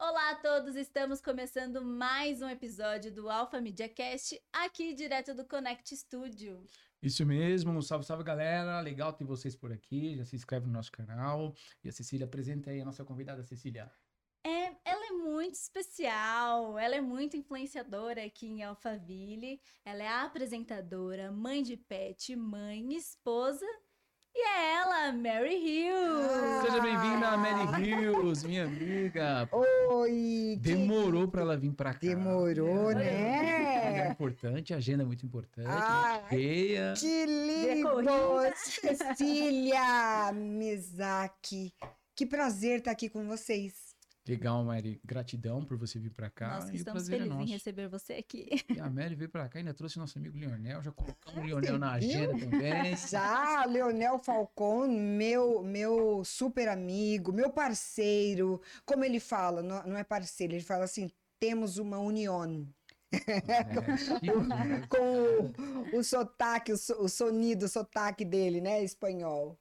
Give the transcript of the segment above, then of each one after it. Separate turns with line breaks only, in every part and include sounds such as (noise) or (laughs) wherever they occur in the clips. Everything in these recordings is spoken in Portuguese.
Olá a todos, estamos começando mais um episódio do Alpha Media Cast, aqui direto do Connect Studio.
Isso mesmo, um salve, salve galera, legal ter vocês por aqui, já se inscreve no nosso canal. E a Cecília, apresenta aí a nossa convidada, Cecília.
É, ela é muito especial, ela é muito influenciadora aqui em Alphaville, ela é apresentadora, mãe de pet, mãe, esposa e é ela, Mary Hills.
Seja
Ah!
bem-vinda, Mary Hills, minha amiga.
Oi! que
Demorou pra ela vir pra cá.
Demorou,
É
né?
importante, a agenda é muito importante.
Ai,
Cheia.
Ah, Que lindo!
Decorrida.
Cecília Mizaki. Que prazer estar aqui com vocês.
Legal, Mary. Gratidão por você vir pra cá.
Nós que
e o
estamos
prazer é
felizes em
nosso.
receber você aqui.
E a Mary veio pra cá, ainda trouxe nosso amigo Lionel. Já colocamos o Lionel na agenda também.
Já, Leonel Falcon, meu, meu super amigo, meu parceiro. Como ele fala, não, não é parceiro, ele fala assim: temos uma união.
É, chique, né?
Com o, o sotaque, o, so- o sonido, o sotaque dele, né? Espanhol.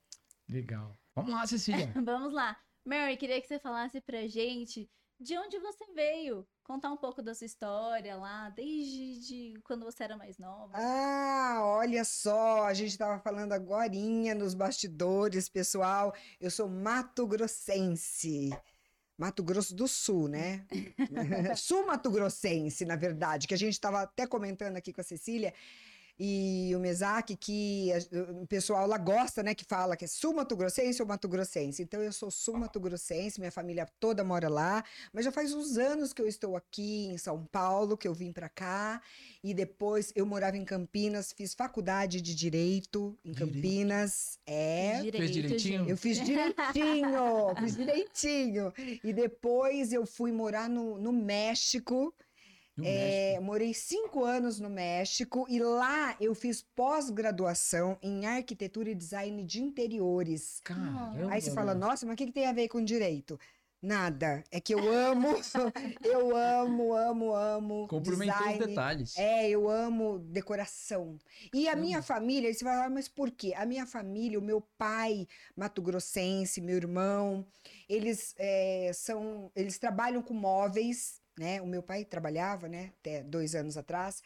Legal. Vamos lá, Cecília.
Vamos lá. Mary, queria que você falasse pra gente de onde você veio. Contar um pouco da sua história lá, desde de quando você era mais nova.
Ah, olha só, a gente estava falando agorinha nos bastidores, pessoal. Eu sou mato-grossense. Mato Grosso do Sul, né? (laughs) Sul-mato grossense, na verdade, que a gente estava até comentando aqui com a Cecília e o Mesaque, que a- o pessoal lá gosta, né, que fala que é sul-mato grossense ou mato grossense. Então eu sou sul-mato grossense, minha família toda mora lá, mas já faz uns anos que eu estou aqui em São Paulo, que eu vim para cá e depois eu morava em Campinas, fiz faculdade de direito em
Direito?
Campinas. É,
fez direitinho?
gente.
eu fiz direitinho, fiz direitinho. E depois eu fui morar no, no México.
No
É,
México.
morei cinco anos no México e lá eu fiz pós-graduação em arquitetura e design de interiores.
Caramba,
Aí você fala,
velho.
nossa, mas o que, que tem a ver com direito? Nada. É que eu amo, (laughs) eu amo, amo, amo.
Complementou os
design.
detalhes.
É, eu amo decoração. E a
Amo.
minha família, aí você vai falar, mas por quê? A minha família, o meu pai, Mato Grossense, meu irmão, eles é, são, eles trabalham com móveis, né? O meu pai trabalhava, né? Até dois anos atrás.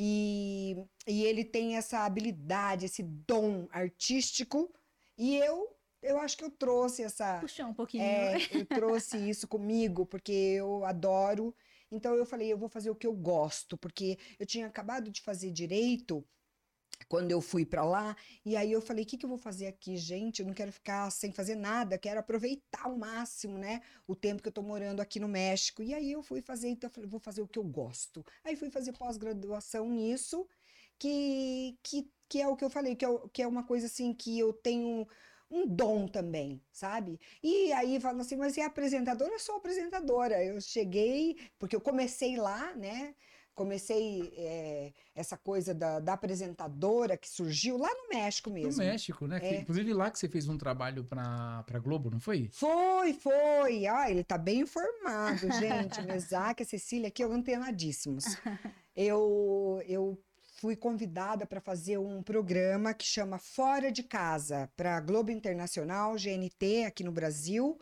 E, e ele tem essa habilidade, esse dom artístico. E eu, eu acho que eu trouxe essa,
Puxou um pouquinho. (laughs)
é, eu trouxe isso comigo porque eu adoro. Então eu falei, eu vou fazer o que eu gosto, porque eu tinha acabado de fazer direito quando eu fui pra lá, e aí eu falei, o que que eu vou fazer aqui, gente? Eu não quero ficar sem fazer nada, quero aproveitar ao máximo, né, o tempo que eu tô morando aqui no México. E aí eu fui fazer, então eu falei, vou fazer o que eu gosto. Aí fui fazer pós-graduação nisso, que que que é o que eu falei, que é, o- que é uma coisa assim que eu tenho um dom também, sabe? E aí falam assim, mas você é apresentadora? Eu sou apresentadora. Eu cheguei, porque eu comecei lá, né? Comecei é, essa coisa da, da apresentadora que surgiu lá no México
No
mesmo.
México, né? Que-
É.
Inclusive lá que você fez um trabalho pra, pra Globo, não foi?
Foi, foi. Ah, ele tá bem informado,
(laughs)
gente. O Mesaque, a Cecília aqui, é antenadíssimos. Eu, eu fui convidada para fazer um programa que chama Fora de Casa, para Globo Internacional, GNT, aqui no Brasil.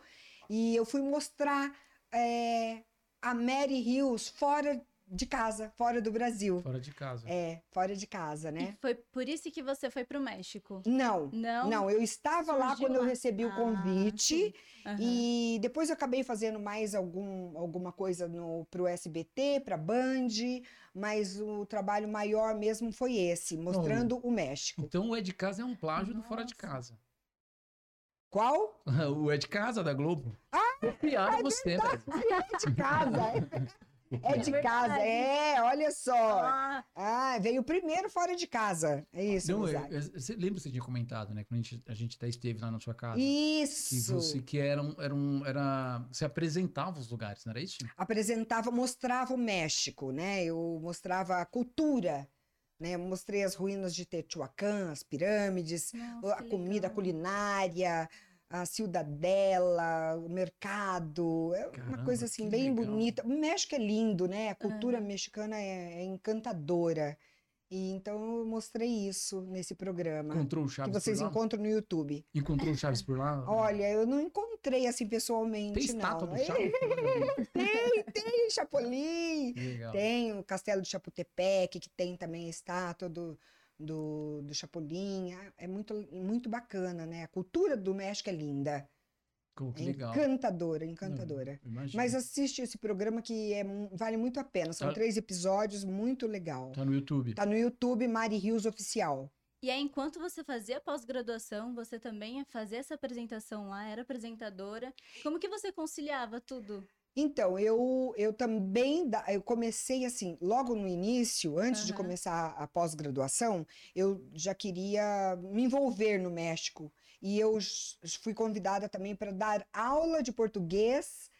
E eu fui mostrar é, a Mary Hills fora de casa, fora do Brasil.
Fora de casa.
É, fora de casa,
E
né?
foi por isso que você foi pro México.
Não.
Não?
Não, eu estava lá
Surgiu
quando eu
lá.
recebi o
Ah,
convite.
Aham.
E depois eu acabei fazendo mais algum, alguma coisa no, pro SBT, pra Band, mas o trabalho maior mesmo foi esse, mostrando o México.
Então o É de Casa é um plágio do Fora de
Nossa.
Casa. (laughs)
Qual?
O É de Casa da Globo. Ah, Copiaram você, velho.
É de casa. É de
É
casa,
verdade.
é, olha só.
Ah,
Ah, veio primeiro fora de casa. É isso,
Não, eu-
Isaac.
eu- você lembra que você tinha comentado, né? Quando a gente, a gente até esteve lá na sua casa. Que
Isso.
você que era um, era um- era- Você apresentava os lugares, não era isso?
Ah, apresentava, mostrava o México, né? Eu mostrava a cultura, né? Mostrei as ruínas de Teotihuacan, as pirâmides,
nossa,
a
que
comida, a
legal.
culinária, a ciudadela, o mercado. É
Caramba,
uma coisa assim
que
bem
legal.
bonita. O México é lindo, né? A cultura mexicana é, é encantadora. E então eu mostrei isso nesse programa.
Encontrou o
Que
Chaves
vocês
por lá?
encontram no YouTube.
Encontrou o Chaves por lá?
Olha, eu não encontrei assim
Tem
pessoalmente,
estátua
não.
do Chaves?
(laughs) Tem, tem, Chapolin!
Legal.
Tem o Castelo de Chapultepec, que tem também a estátua do, do, do Chapolin. Ah, É muito, muito bacana, né? A cultura do México é linda.
Pô,
É
que legal. Uhum.
encantadora, encantadora.
Imagina.
Mas assim, assiste esse programa que é, mu- vale muito a pena. São
Tá.
três episódios, muito legal.
Tá no YouTube.
Tá no YouTube Mari Rios Oficial.
E aí, enquanto você fazia pós-graduação, você também ia fazer essa apresentação lá, era apresentadora. Como que você conciliava tudo?
Então, eu, eu também da- eu comecei assim, logo no início, antes de
Aham.
começar a pós-graduação, eu já queria me envolver no México. E eu s- fui convidada também para dar aula de português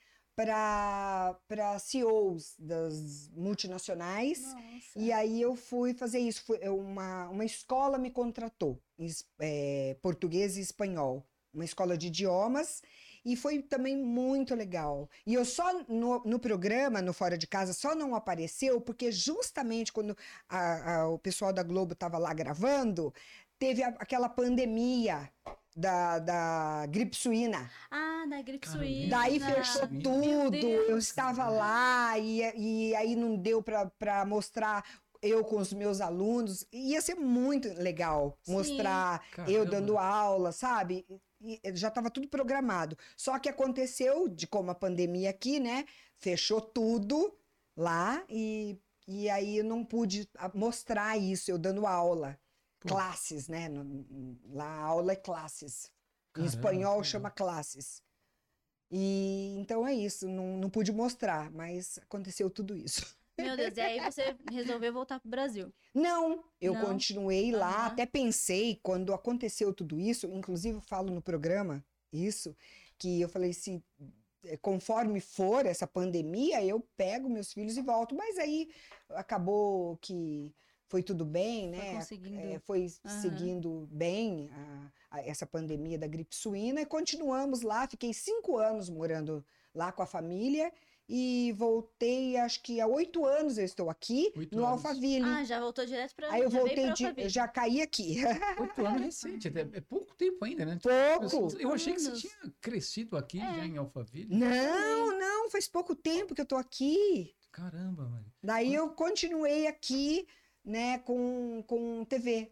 para CEOs das multinacionais.
Nossa.
E aí eu fui fazer isso. Fui, eu- uma, uma escola me contratou, em es- eh, português e espanhol, uma escola de idiomas, e foi também muito legal. E eu só no, no programa, no Fora de Casa, só não apareceu, porque justamente quando a- a- o pessoal da Globo estava lá gravando, teve a- aquela pandemia. Da, da gripe suína.
Ah, da gripe
Caramba.
suína.
Daí
Eita.
fechou
Meu
tudo. Eu
Deus,
estava
cara.
lá e, e aí não deu para mostrar eu com os meus alunos. Ia ser muito legal
Sim.
mostrar
Caramba.
eu dando aula, sabe? E já estava tudo programado. Só que aconteceu de como a pandemia aqui, né? Fechou tudo lá e, e aí eu não pude ah, mostrar isso, eu dando aula.
Pô.
Classes, né? No- Lá a aula é classes. Em
Caramba,
espanhol
que
chama
legal.
classes. E então é isso, não, não pude mostrar, mas aconteceu tudo isso. (laughs)
Meu Deus, e aí você resolveu voltar pro Brasil.
Não, eu
Não?
continuei lá,
Aham.
até pensei quando aconteceu tudo isso, inclusive eu falo no programa isso, que eu falei se eh, conforme for essa pandemia, eu pego meus filhos e volto, mas aí acabou que foi tudo bem,
Foi
né?
conseguindo.
é, foi
Aham.
seguindo bem a- a- essa pandemia da gripe suína e continuamos lá. Fiquei cinco anos morando lá com a família e voltei, acho que há oito anos eu estou aqui
Oito
no
anos.
Alphaville.
Ah, já voltou direto pra.
Aí
já
eu
veio
voltei
pra
de,
Alphaville.
já caí aqui. (laughs)
Oito anos recente, até- é pouco tempo ainda, né?
Pouco.
Eu, eu achei que você
anos.
tinha crescido aqui
É.
já em Alphaville.
Não, não, faz pouco tempo que eu tô aqui.
Caramba, velho.
Daí eu continuei aqui, né, com, com TV.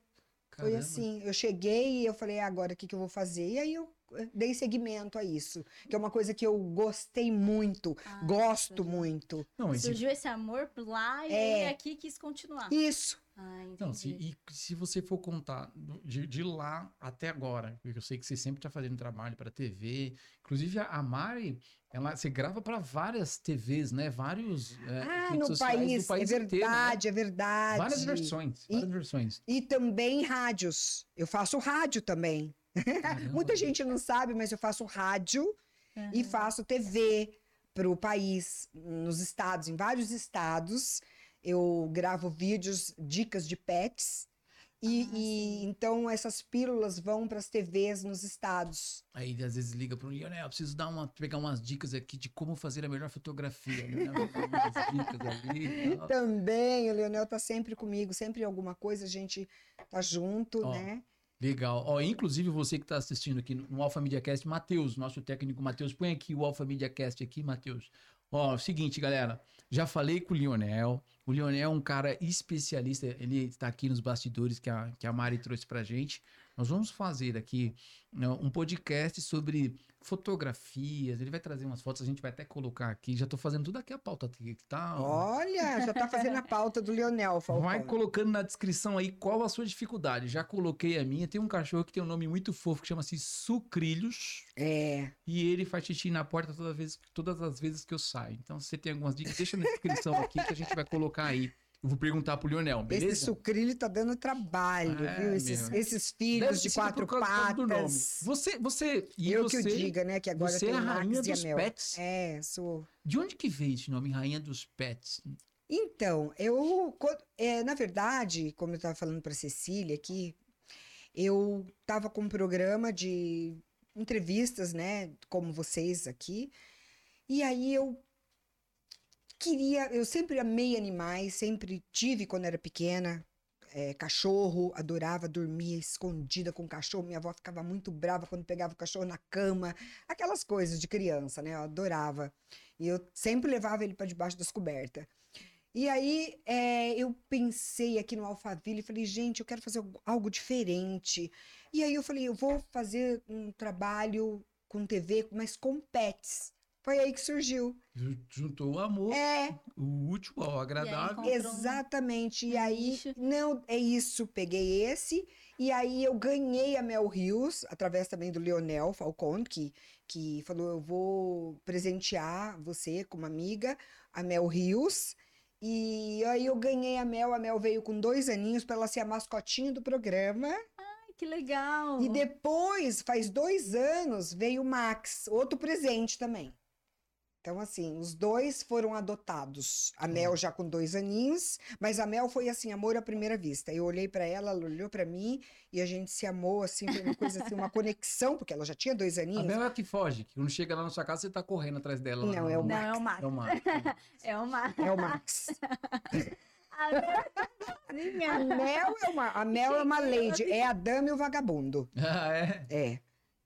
Foi
Caramba.
assim, eu cheguei e eu falei, "Ah, agora o que, que eu vou fazer? E aí eu eh, dei seguimento a isso, que é uma coisa que eu gostei muito,
Ah,
gosto
surgiu-
muito.
Não, e se,
Surgiu esse amor por lá e
É.
aí aqui quis continuar.
Isso.
Ah, entendi.
não, se, e se você for contar do- de, de lá até agora, porque eu sei que você sempre está fazendo trabalho para TV, inclusive a, a Mari, ela, você grava para várias TVs, né? Vários. é,
Ah,
redes
no
sociais do
país, é
inteiro, né?
verdade, é verdade.
Várias versões, várias versões.
E também rádios. Eu faço rádio também. (laughs) Muita
Caramba.
gente não sabe, mas eu faço rádio
Aham.
e faço TV para o país, nos estados, em vários estados. Eu gravo vídeos, dicas de pets. E,
Ah,
e então essas pílulas vão para as TVs nos estados.
Aí às vezes liga para o Lionel, preciso dar uma, pegar umas dicas aqui de como fazer a melhor fotografia. Lionel, dá umas dicas ali. e tal.
Também, o Leonel tá sempre comigo, sempre em alguma coisa, a gente tá junto,
Ó,
né?
Legal. Ó, inclusive você que está assistindo aqui no Alfa Media Cast, Matheus, nosso técnico Matheus, põe aqui o Alfa Media Cast aqui, Matheus. Ó, seguinte, galera, já falei com o Lionel. O Lionel é um cara especialista, ele está aqui nos bastidores que a, que a Mari trouxe pra gente. Nós vamos fazer aqui né, um podcast sobre fotografias. Ele vai trazer umas fotos, a gente vai até colocar aqui. Já tô fazendo tudo aqui a pauta aqui, tá?
Olha, já tá fazendo a pauta do Leonel, Falcão.
Vai colocando na descrição aí qual a sua dificuldade. Já coloquei a minha. Tem um cachorro que tem um nome muito fofo que chama-se Sucrilhos.
É,
E ele faz xixi na porta toda vez, todas as vezes que eu saio. Então, se você tem algumas dicas, deixa na descrição aqui que a gente vai colocar aí. Eu vou perguntar pro Lionel,
esse
beleza?
sucrilho tá dando trabalho,
É,
viu? Esses,
meu. Deve
esses filhos
ter
de
sido por
quatro
causa- por causa do nome.
patas.
Você, você, e
eu
você,
que o diga, né? Que agora
você
tem
é a
Max
rainha
e a
dos
Mel.
pets.
É, sou.
De onde que veio esse nome, rainha dos pets?
Então, eu, co- é, na verdade, como eu estava falando para Cecília aqui, eu estava com um programa de entrevistas, né, como vocês aqui, e aí eu queria, eu sempre amei animais, sempre tive quando era pequena, é, cachorro, adorava dormir escondida com o cachorro. Minha avó ficava muito brava quando pegava o cachorro na cama. Aquelas coisas de criança, né? Eu adorava. E eu sempre levava ele para debaixo das cobertas. E aí é, eu pensei aqui no Alphaville e falei, gente, eu quero fazer algo- algo diferente. E aí eu falei, eu vou fazer um trabalho com TV, mas com pets. Foi aí que surgiu.
Ju- Juntou o amor,
É,
o útil ao agradável.
encontrou um-
Exatamente. E
um
aí,
nicho.
não, é isso, peguei esse. E aí eu ganhei a Mel Rios, através também do Leonel Falcone, que, que falou: eu vou presentear você como amiga, a Mel Rios. E aí eu ganhei a Mel, a Mel veio com dois aninhos para ela ser a mascotinha do programa.
Ai, que legal.
E depois, faz dois anos, veio o Max, outro presente também. Então, assim, os dois foram adotados. A Mel já com dois aninhos, mas a Mel foi assim, amor à primeira vista. Eu olhei pra ela, ela olhou pra mim e a gente se amou, assim, foi uma coisa assim, uma conexão, porque ela já tinha dois
A
aninhos.
Bel é a que foge, que quando chega lá na sua casa, você tá correndo atrás dela. lá
Não,
no-
é o
Não,
no-
é o Max.
É o
(laughs)
Max.
É o Max. (laughs)
É o Max.
A Bel-
(laughs)
é
A Mel é uma, (laughs) a Mel é uma lady, é a dama e o vagabundo.
Ah, é?
É.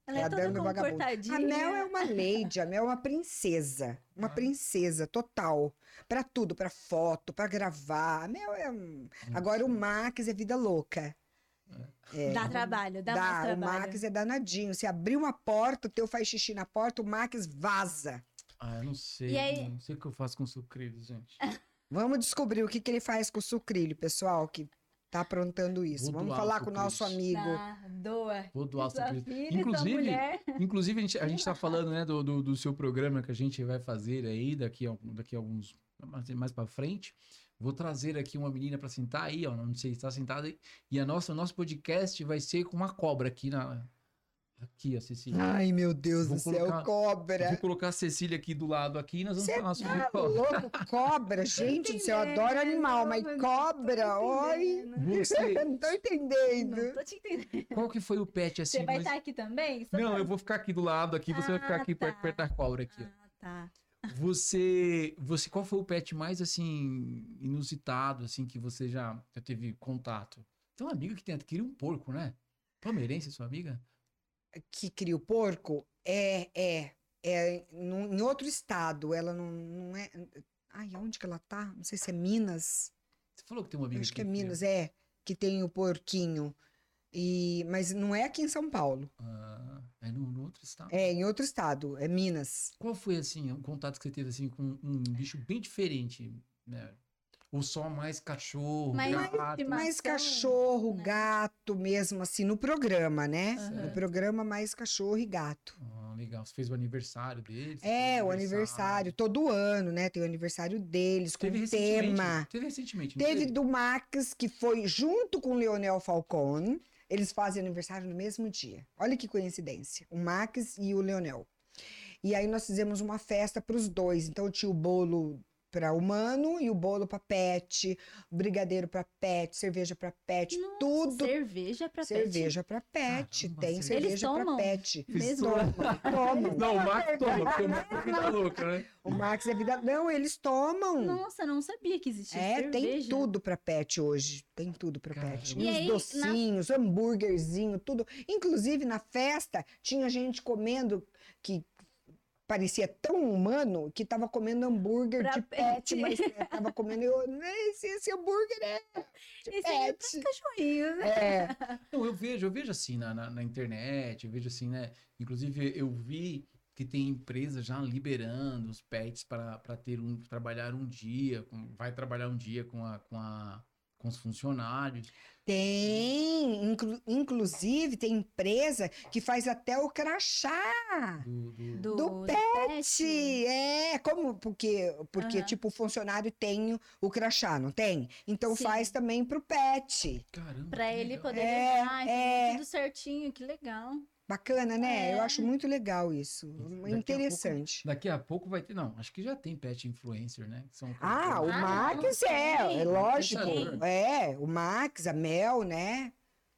Ela
É
é
a
toda
dama e o vagabundo.
comportadinha.
A Mel é uma lady, a Mel é uma princesa,
né?
uma
Ah.
princesa total, Pra tudo, pra foto, pra gravar. A Mel é um... Agora o Max é vida louca. É.
Dá trabalho, dá,
Dá,
mais
o
trabalho.
Max é danadinho. Se abrir uma porta, o teu faz xixi na porta, o Max vaza.
Ah, eu não sei.
E aí-
Não sei o que eu faço com sucrilhos, gente.
Vamos descobrir o que, que ele faz com o sucrilho, pessoal, que tá aprontando isso.
Vou
Vamos
doar
falar
o
com o nosso
sucrilho.
é amigo.
Dá, doa.
Vou doar
(laughs) Sua
sucrilhos.
filha,
Inclusive,
sua
(laughs)
mulher.
Inclusive, a gente, a gente tá falando, né, do, do, do seu programa que a gente vai fazer aí daqui a, daqui a alguns. mais- mais pra frente. Vou trazer aqui uma menina pra sentar aí, ó. Não sei se tá sentada aí. E a nossa, o nosso podcast vai ser com uma cobra aqui na. Aqui, ó, Cecília.
Ai, meu Deus
Vou
do céu,
colocar-
cobra.
Vou colocar a Cecília aqui do lado aqui e nós vamos
Cê
falar sobre
Tá
cobra.
louco, cobra, gente do céu, eu adoro animal, mas
Entendendo,
cobra,
tô
oi.
entendendo.
(laughs) Você,
(laughs) Eu não tô
Não
entendendo.
tô te entendendo.
qual que foi o pet assim?
Você vai
mas-
estar aqui também? Só
Não,
pra-
eu vou ficar aqui do lado aqui, você vai ficar
Ah,
aqui pra
tá.
apertar a cobra aqui. ó.
Ah, tá.
Você, você, qual foi o pet mais assim inusitado assim que você já, já teve contato? Tem uma amiga que tem adquiriu um porco, né? Palmeirense, sua amiga?
Que cria o porco é, é, é num- em outro estado, ela não, não é. Ai, onde que ela tá? Não sei se é Minas.
Você falou que tem uma
Eu
amiga
acho que é
cria-
Minas, é, que tem o porquinho. E, mas não é aqui em São Paulo,
Ah, é no, no outro estado.
é em outro estado, é Minas.
Qual foi assim um contato que você teve assim com um bicho bem diferente, né? Ou só mais cachorro,
Mais
gato?
íntima.
Mais
Marcelo,
cachorro,
né?
gato mesmo, assim, no programa, né?
Aham.
No programa, mais cachorro e gato.
Ah, legal. Você fez o aniversário deles?
É, o aniversário, todo ano, né? Tem o aniversário deles, com
Teve recentemente.
tema.
Teve recentemente. não
Teve do Max, que foi junto com o Leonel Falcone. Eles fazem aniversário no mesmo dia. Olha que coincidência. O Max e o Leonel. E aí nós fizemos uma festa para os dois. Então tinha o bolo para humano e o bolo para pet, brigadeiro para pet, cerveja para pet,
Nossa,
tudo
Cerveja pra
cerveja para pet.
Caramba,
tem
cerveja.
Eles
cerveja para
tomam?
pet.
Mesmo?
Toma, toma.
(laughs) Não, o
(laughs)
Max toma, porque o Max tá louco, né?
O Max é vida. Não, eles tomam.
Nossa, não sabia que existia
É,
cerveja.
tem tudo pra pet hoje. Tem tudo pra pet.
Caramba.
E
E
os
aí, na-
docinhos, hambúrguerzinho, tudo. Inclusive, na festa, tinha gente comendo que parecia tão humano que tava comendo hambúrguer
Pra
de pet,
pet.
mas é, tava comendo. Eu, "Né, esse, esse hambúrguer é de
Esse aí é
pet.
cachorrinho, né?
É,
Não, eu vejo, eu vejo assim na, na, na internet, eu vejo assim, né? Inclusive, eu vi que tem empresa já liberando os pets para ter um trabalhar um dia, com- vai trabalhar um dia com a, com a com os funcionários.
tem. inclu- inclusive, tem empresa que faz até o crachá.
Do, do-
Do,
Do Sim, é como porque porque
Aham.
tipo o funcionário tem o- o crachá, não tem? Então
Sim.
faz também pro pet.
Caramba.
Pra
que
ele
legal.
poder
É,
levar, e
é.
tudo certinho, que legal.
Bacana, né? Eu
É.
acho muito legal isso.
Daqui a
Interessante.
Daqui a pouco vai ter, não, acho que já tem pet influencer, né? Que são
Ah, o
Ah,
Max
não,
é,
tem.
é lógico.
Tem.
É, o Max, a Mel, né?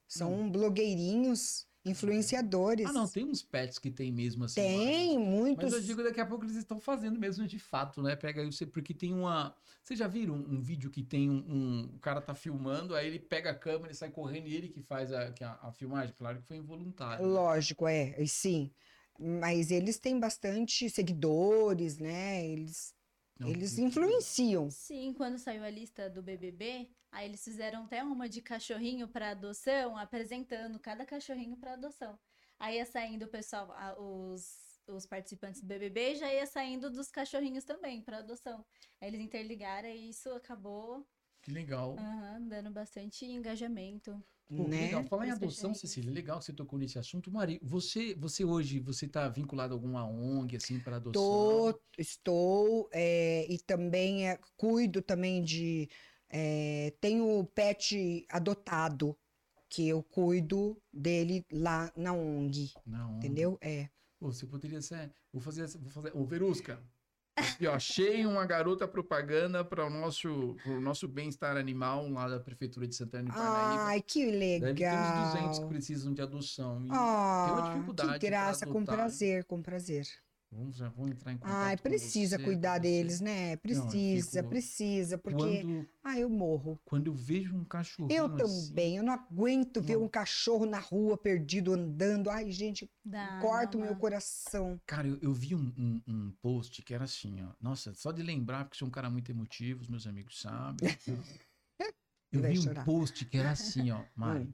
São blogueirinhos Influenciadores.
Hum. Ah, não, tem uns pets que tem mesmo assim.
Tem muitos.
Mas eu digo, assim, daqui a pouco eles estão fazendo mesmo de fato, né? Pega aí você, porque tem uma. Vocês já viram um vídeo que tem um, um- O cara tá filmando, aí ele pega a câmera e sai correndo e ele que faz a, que a, a filmagem? Claro que foi involuntário. né?
Lógico, é, e sim. Mas eles têm bastante seguidores, né? Eles,
Não, é
eles
tem-
influenciam.
Sim, quando saiu a lista do BBB, aí eles fizeram até uma de cachorrinho para adoção, apresentando cada cachorrinho para adoção. Aí ia saindo o pessoal, a- os, os participantes do BBB já ia saindo dos cachorrinhos também para adoção. Aí eles interligaram e isso acabou
Que legal.
aham, dando bastante engajamento.
Pô, que
né?
legal. Falar em
Mas
adoção,
perfeito.
Cecília, legal que você tocou nesse assunto. Mari, você, você hoje, você tá vinculado a alguma ONG, assim, para adoção?
Tô, estou, é, e também é, cuido também de. É, tenho o pet adotado, que eu cuido dele lá na ONG,
Não.
entendeu? É.
Pô, você poderia ser. Vou fazer. essa- Vou fazer. Ô, Verusca. E, ó, achei uma garota propaganda para o nosso, pro nosso bem-estar animal lá da Prefeitura de Santana e Parnaíba.
Ai, que
Deve ter uns 200 que
legal!
precisam de adoção. E
Ah,
dificuldade pra
que graça, com
adotar.
prazer, com prazer.
vamos, já vou entrar em contato
Ai,
com
precisa
você,
cuidar
com você.
deles, né? Precisa,
fico-
precisa, porque.
Quando,
Ah, eu morro.
quando eu vejo um cachorro.
Eu também, eu não aguento ver
Não.
um cachorro na rua perdido andando. Ai, gente,
Dá,
corta o
dá
meu
uma-
coração.
Cara, eu, eu vi um, um- um post que era assim, ó. Nossa, só de lembrar, porque sou um cara muito emotivo, os meus amigos sabem.
(laughs)
Eu, eu
Vai
vi um
chorar.
post que era assim,
(laughs)
ó, Mari.
Hum.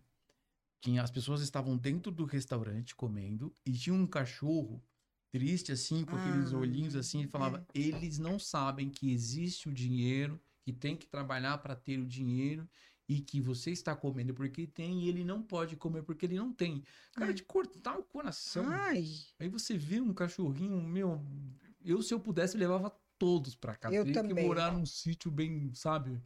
Tinha, as pessoas estavam dentro do restaurante comendo e tinha um cachorro triste, assim, com aqueles
Ah, É.
olhinhos assim, e falava: eles não sabem que existe o dinheiro, que tem que trabalhar para ter o dinheiro. E que você está comendo porque tem e ele não pode comer porque ele não tem. Cara,
É.
de cortar o coração.
Ai,
Aí você vê um cachorrinho, meu. Eu, se eu pudesse, levava todos pra cá.
Eu
Teria que
também.
morar num sítio bem, sabe?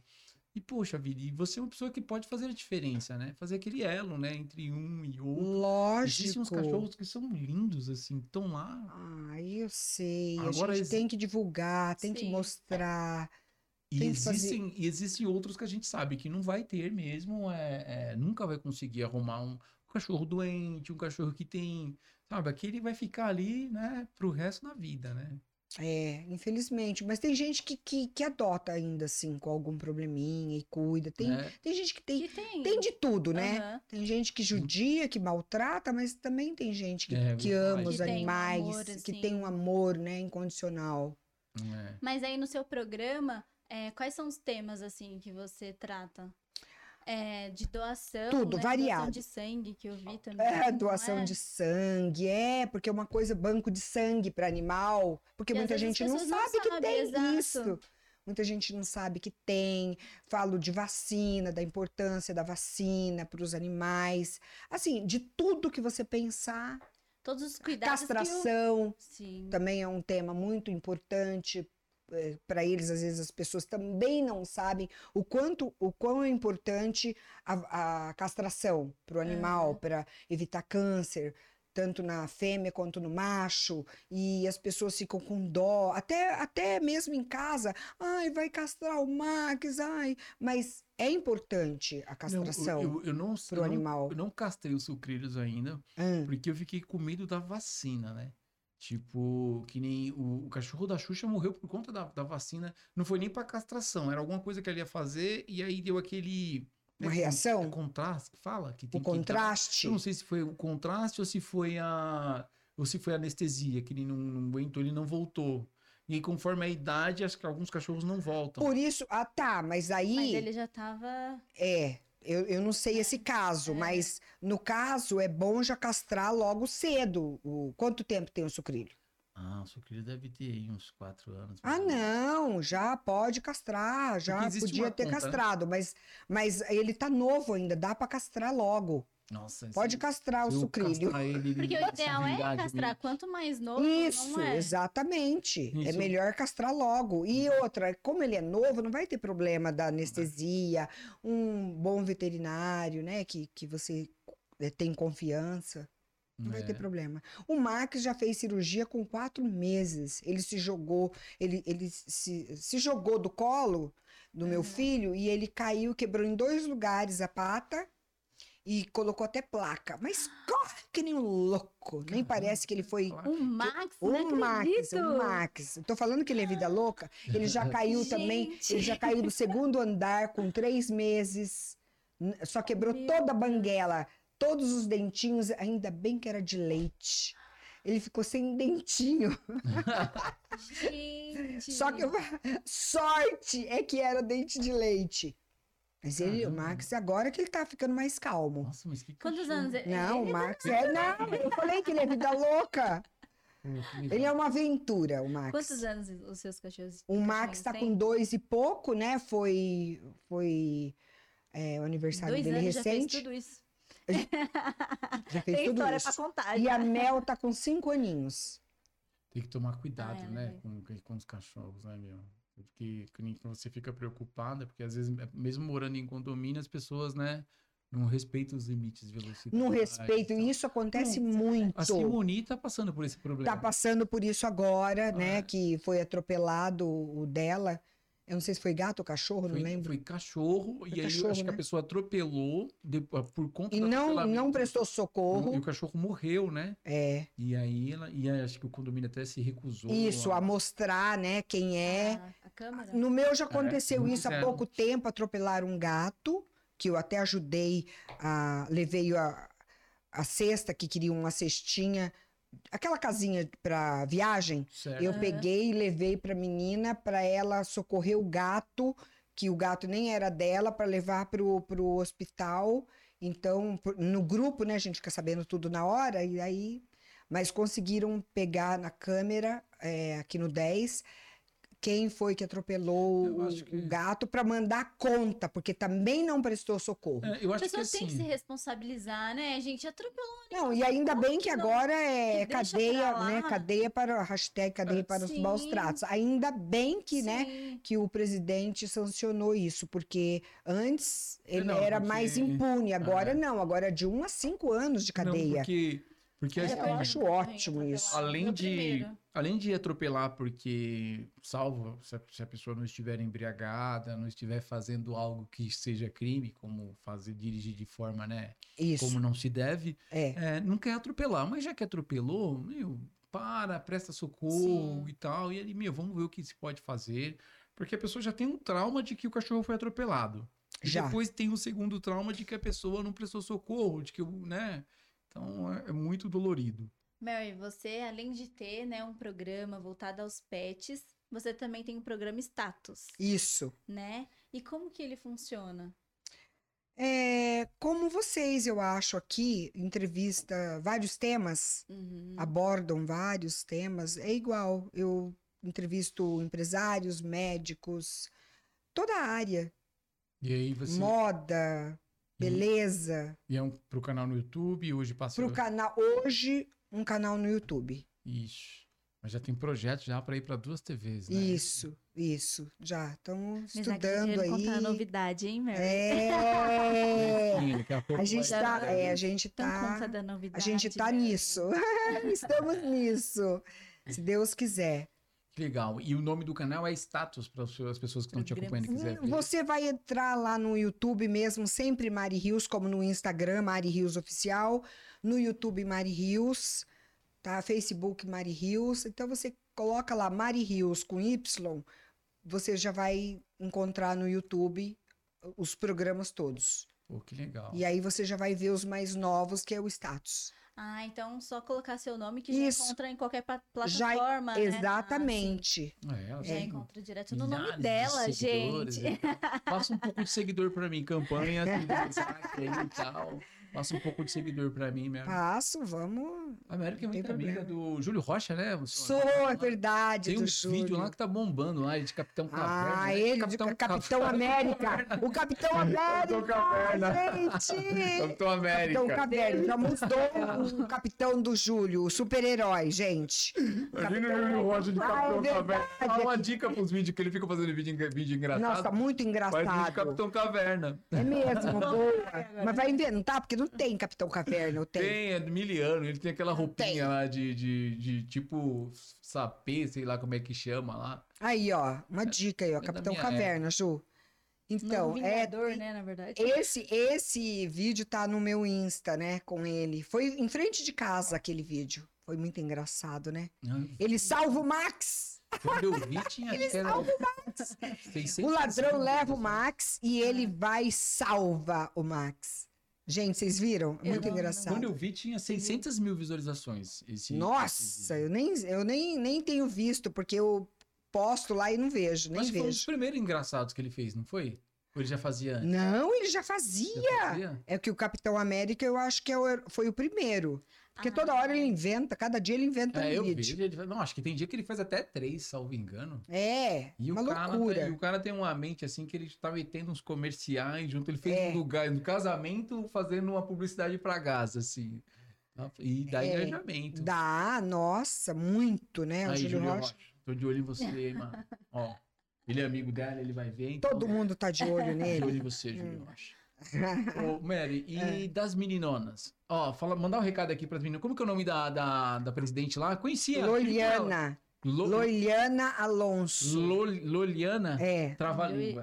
E, poxa vida, e você é uma pessoa que pode fazer a diferença, né? Fazer aquele elo, né? Entre um e outro. Existem
lógico.
uns cachorros que são lindos, assim, estão lá.
Ai, eu sei.
Agora
a gente
exi-
tem que divulgar, tem que
Sim.
mostrar.
E
Tem que fazer-
existem, e existem outros que a gente sabe que não vai ter mesmo, é, é, nunca vai conseguir arrumar um cachorro doente, um cachorro que tem. Sabe, aquele vai ficar ali, né, pro resto da vida, né?
É, infelizmente. Mas tem gente que, que, que adota ainda, assim, com algum probleminha e cuida. Tem,
É.
tem gente que tem,
E tem.
tem de tudo, né?
aham,
Tem gente que judia, que maltrata, mas também tem gente que,
É,
que
verdade.
ama
Que
os
tem um
animais,
amor,
que
assim.
tem um amor, né, incondicional.
É.
Mas aí no seu programa, é, quais são os temas assim que você trata? É, de doação,
Tudo,
né? Doação
variado.
de sangue que eu vi também.
É,
não
doação
é?
de sangue, é, porque é uma coisa, banco de sangue para animal,
E
porque
às
muita
vezes as
gente não
pessoas não
sabe que
sabem,
tem
exato.
isso. Muita gente não sabe que tem. Falo de vacina, da importância da vacina para os animais. Assim, de tudo que você pensar.
Todos os cuidados. que o-
Castração
Sim.
também é um tema muito importante para eles às vezes as pessoas também não sabem o quanto o quão é importante a, a castração para o animal
Aham.
para evitar câncer tanto na fêmea quanto no macho e as pessoas ficam com dó até até mesmo em casa ai vai castrar o Max ai mas é importante
Não,
a
eu-
castração
eu, eu não,
para
eu
o
não-
animal
eu não castrei os sucrilhos ainda,
Hum.
porque eu fiquei com medo da vacina, né? Tipo, que nem o, o cachorro da Xuxa morreu por conta da, da vacina. Não foi nem pra castração, era alguma coisa que ela ia fazer e aí deu aquele.
Uma
con-
reação?
É contraste, que fala? Que tem
o
que dar.
contraste
Eu não sei se foi o contraste ou se foi a. ou se foi a anestesia, que ele não, não aguentou, ele não voltou. E aí, conforme a idade, acho que alguns cachorros não voltam.
por isso ah tá mas aí
Mas ele já tava.
É, eu, eu não sei
Ah,
esse caso,
é.
mas no caso é bom já castrar logo cedo. O, quanto tempo tem o sucrilho?
Ah, o sucrilho deve ter aí uns 4 anos.
Ah,
mais ou menos.
não, já pode castrar, já
Uhum. existe
podia
uma
ter
conta, né?
castrado, mas, mas ele tá novo ainda, dá pra castrar logo.
Nossa, esse-
Pode castrar o
Se eu
sucrilho.
castrar ele, ele
Porque o
vai se
ideal
vingar
é
de
castrar.
mim.
Quanto mais novo,
Isso,
não é?
exatamente. É
Isso. Uhum.
melhor castrar logo. E outra, como ele é novo, não vai ter problema da anestesia, um bom veterinário, né, que, que você eh, tem confiança. Não vai ter
É.
problema. O Max já fez cirurgia com quatro meses. Ele se jogou, ele, ele se, se jogou do colo do meu
Uhum.
filho e ele caiu, quebrou em dois lugares a pata. e colocou até placa.
(gasps)
Mas corre que nem um louco. Nem
Caramba.
parece que ele foi. um
O né? Max,
O
não
Max,
acredito. Ah.
o Max. Eu Tô falando que ele é vida louca. Ele
(laughs)
já caiu também.
Gente.
Ele já caiu do segundo andar com três meses. N- Só quebrou
Meu
toda a banguela, todos os dentinhos. Ainda bem que era de leite. Ele ficou sem dentinho.
Gente.
Só que eu- sorte é que era dente de leite. Mas ele, o
Ah.
Caramba.
Max, agora que ele tá ficando mais calmo.
Nossa, mas que
Quantos
cachorro.
anos ele tá
Não, o
ele-
Max é. Não, eu falei que ele é vida louca. Ele é uma aventura, o Max.
Quantos anos os seus cachorros?
O Max
cachorrinhos
tá
têm?
com dois e pouco, né? Foi, foi é, o aniversário
Dois
dele
anos já fez
recente.
tudo isso.
Já fez
Tem
tudo
história pra
isso.
contar.
E
já.
a Mel tá com cinco aninhos. um
Tem que tomar cuidado,
Ah, é,
né?
né?
Com, com os cachorros, né, meu? Porque que nem- que você fica preocupada, porque às vezes, mesmo morando em condomínio, as pessoas, né, não respeitam os limites de velocidade.
Não respeito,
então.
e isso acontece
Muito. né?
muito.
A Simoni tá passando por esse problema.
Tá passando por isso agora,
é.
né? Que foi atropelado o dela. Eu não sei se foi gato ou cachorro,
foi,
não lembro.
foi cachorro, e aí eu
cachorro,
acho que a
né?
pessoa atropelou de- por conta
E
do
não,
atropelamento.
não prestou socorro.
E o cachorro morreu, né?
É.
E aí ela. E aí acho que o condomínio até se recusou.
Isso,
a-
a mostrar, né, quem é.
Ah, A, a câmera?
No meu já aconteceu
não
isso há
quiseram.
pouco tempo, atropelaram um gato, que eu até ajudei, a, levei a, a cesta, que queria uma cestinha, aquela casinha para viagem,
Certo.
eu
Aham.
peguei e levei para menina para ela socorrer o gato, que o gato nem era dela, para levar pro, pro hospital. Então, por- no grupo, né, a gente fica sabendo tudo na hora, e aí. Mas conseguiram pegar na câmera, é, aqui no 10, quem foi que atropelou
Eu
o,
acho que-
o gato para mandar conta, porque também não prestou socorro.
É, eu
As
acho que
pessoas
assim.
têm que se responsabilizar, né, gente? Atropelou.
Não, e ainda bem que
não,
agora é
que deixa pra
cadeia,
lá.
né? Cadeia para hashtag cadeia para os maus
Sim.
tratos. Ainda bem que, né?
sim.
que o presidente sancionou isso, porque antes ele
É, Não,
era
porque-
mais impune, agora
É.
não, agora é de 1 a 5 anos de
Não,
cadeia.
porque. Porque
É,
acho
eu
que- assim,
acho
um
ótimo isso.
Além
Meu
de,
primeiro.
além de atropelar, porque, salvo se a, se a pessoa não estiver embriagada, não estiver fazendo algo que seja crime, como fazer dirigir de forma, né?
Isso,
Como não se deve,
é.
é, não quer atropelar. Mas já que atropelou, meu, para, presta socorro
Sim.
e tal. E ele, meu, vamos ver o que se pode fazer. Porque a pessoa já tem um trauma de que o cachorro foi atropelado. E
Já.
depois tem o segundo trauma de que a pessoa não prestou socorro, de que, o- né? Então é- é muito dolorido.
Mary, você, além de ter né, um programa voltado aos pets, você também tem um programa status,
Isso.
né? E como que ele funciona?
É, como vocês, eu acho, aqui, entrevista vários temas,
Uhum.
Hum.
Tá abordam vários temas, é igual. Eu entrevisto empresários, médicos, toda a área,
E aí você. Uhum.
moda, beleza.
E é um, pro canal no YouTube, hoje passa.
Pro canal, hoje, um canal no YouTube.
Ixi. Mas já tem projeto já pra ir pra duas TVs, né?
Isso, isso, já estão
Mas aqui
estudando
eu quero
aí.
contar a novidade, hein, Mary?
(laughs)
É,
Sim, daqui a pouco
a gente
vai-
tá, é, a gente
Então conta
tá,
da
a
novidade. né?
gente tá
Mary.
nisso. (laughs) Estamos nisso, se Deus quiser.
Que Legal. E o nome do canal é Status, para as pessoas que estão te
Programa-
acompanhando e quiser ver.
Hum, Você vai entrar lá no YouTube mesmo, sempre Mari Rios, como no Instagram, Mari Rios Oficial, no YouTube Mari Rios, tá? Facebook Mari Rios. Então você coloca lá Mari Rios com Y, você já vai encontrar no YouTube os programas todos.
Pô, que legal.
E aí você já vai ver os mais novos, que é o status.
Ah, então só colocar seu nome que
Isso.
já encontra em qualquer pa-
Já-
plataforma. né?
Exatamente.
É,
Ah,
ela
sim. já
tem
encontra direto no nome
milhares de
dela,
seguidores,
gente.
é. Passa um pouco de seguidor pra mim,
(laughs)
campanha, tem WhatsApp aí e tal. Passa um pouco de seguidor pra mim, minha
Passo, vamos.
A América é
Não Ah, tem
muito amiga do Júlio Rocha, né? o senhor?
Sou, é verdade.
Tem um
do
vídeo
Júlio.
lá que tá bombando lá, de Capitão Caverna.
Ah,
né?
ele, de Capitão, América. O Capitão
Capitão Caverna.
América, gente.
Capitão América.
Capitão Caverna. Já mudou o Capitão do Júlio, o super-herói, gente.
Imagina o Júlio Rocha de
Ah, é
Capitão Caverna.
verdade.
Dá uma dica pros vídeos, que ele fica fazendo vídeo, engra- vídeo engraçado.
Nossa, tá muito
Faz vídeo de
engraçado.
Capitão Caverna.
É mesmo, boa. Mas vai inventar, porque não tem Capitão Caverna, eu tenho.
Tem, é do miliano, ele tem aquela roupinha
Tem.
lá de, de, de tipo sapê, sei lá como é que chama lá.
Aí, ó, uma dica aí, ó.
da
Capitão
minha
Caverna, Ju. Então,
Novo
é,
Vingador, né, na verdade.
esse, esse vídeo tá no meu Insta, né? Com ele. Foi em frente de casa aquele vídeo. Foi muito engraçado, né? Ele salva o Max!
Quando eu vi,
(laughs)
tinha (laughs) aquela...
O ladrão leva o Max e ele vai e salva o Max. Gente, vocês viram?
Eu
Muito
não- não-
engraçado.
Quando eu vi, tinha 600 mil visualizações. Esse,
Nossa, eu, nem, eu nem, nem tenho visto, porque eu posto lá e não vejo, nem
Mas foi um dos
vejo.
primeiros engraçados que ele fez, não foi? Ou ele já fazia antes?
Não, ele já
né? Já
fazia.
fazia?
É que o Capitão América, eu acho que é o- foi o primeiro. Porque
Ah.
toda hora ele inventa, cada dia ele inventa
É, eu
um vídeo.
vi. Ele... faz- Não, acho que tem dia que ele faz até três, salvo engano.
É,
E
uma
o, cara,
loucura.
e o cara tem uma mente assim que ele tá metendo uns comerciais junto. Ele fez
É.
um lugar no casamento fazendo uma publicidade pra gás, assim. E dá
É.
engajamento.
Dá, nossa, muito, né? o
Aí,
Júlio
Júlio
Rocha.
Rocha, tô de olho em você, hein,
(laughs)
mano. Ó, ele é amigo dela, ele vai ver. Então,
Todo mundo Hum. É. tá de
(laughs)
olho
tô de
nele.
olho em você, Júlio
(laughs)
Rocha. Ô, Mary, e das meninonas? Ó, fala, mandar um recado aqui pras meninas. Como que é o nome da, da, da presidente lá? Conhecia.
Loliana.
Lo,
Loliana Alonso.
Lo- Loliana
É.
Trava-língua.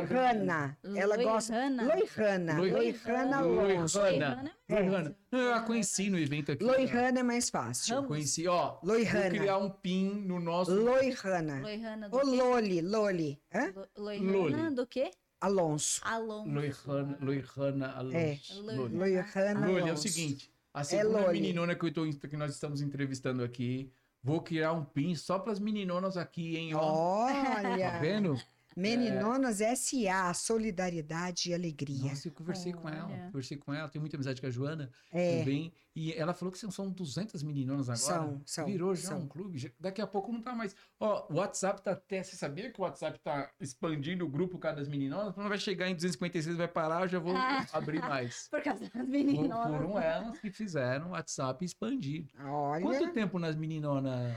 Loihana. Ela gosta. Loihana.
Loi-
Loihana
Loihana.
Alonso.
Loihana.
É.
Loriana. Não, eu a conheci no evento aqui.
Loihana é mais fácil.
Eu Conheci, ó. Vou
Loihana.
criar um pin no nosso.
Loihana.
Loihana do
Ô, né?
quê?
Loli, Loli. Hã?
Lo- Loihana
Loli.
do quê?
Alonso.
Alonso.
Loihana, Loihana Alonso.
É.
Loli.
Loihana
Ah, Loli,
Alonso.
é o seguinte. A segunda
Loli.
meninona que, eu tô, que nós estamos entrevistando aqui. Vou criar um pin só pras meninonas aqui, hein, ó. (laughs) Tá
Olha.
vendo?
Meninonas S.A. Solidariedade e Alegria.
Nossa, eu conversei com ela.
Olha.
Conversei com ela. Tenho muita amizade com a Joana
É.
também. E ela falou que são- são 200 meninonas agora.
São, são.
Virou já
são.
um clube. já- Daqui a pouco não tá mais. Ó, o WhatsApp tá até. Você sabia que o WhatsApp tá expandindo o grupo por causa das meninas? Quando vai chegar em 256, vai parar, eu já vou
Ah.
abrir
(laughs)
mais.
Por causa das
For-
meninas.
Foram elas que fizeram o WhatsApp expandir.
Olha.
Quanto tempo nas meninonas?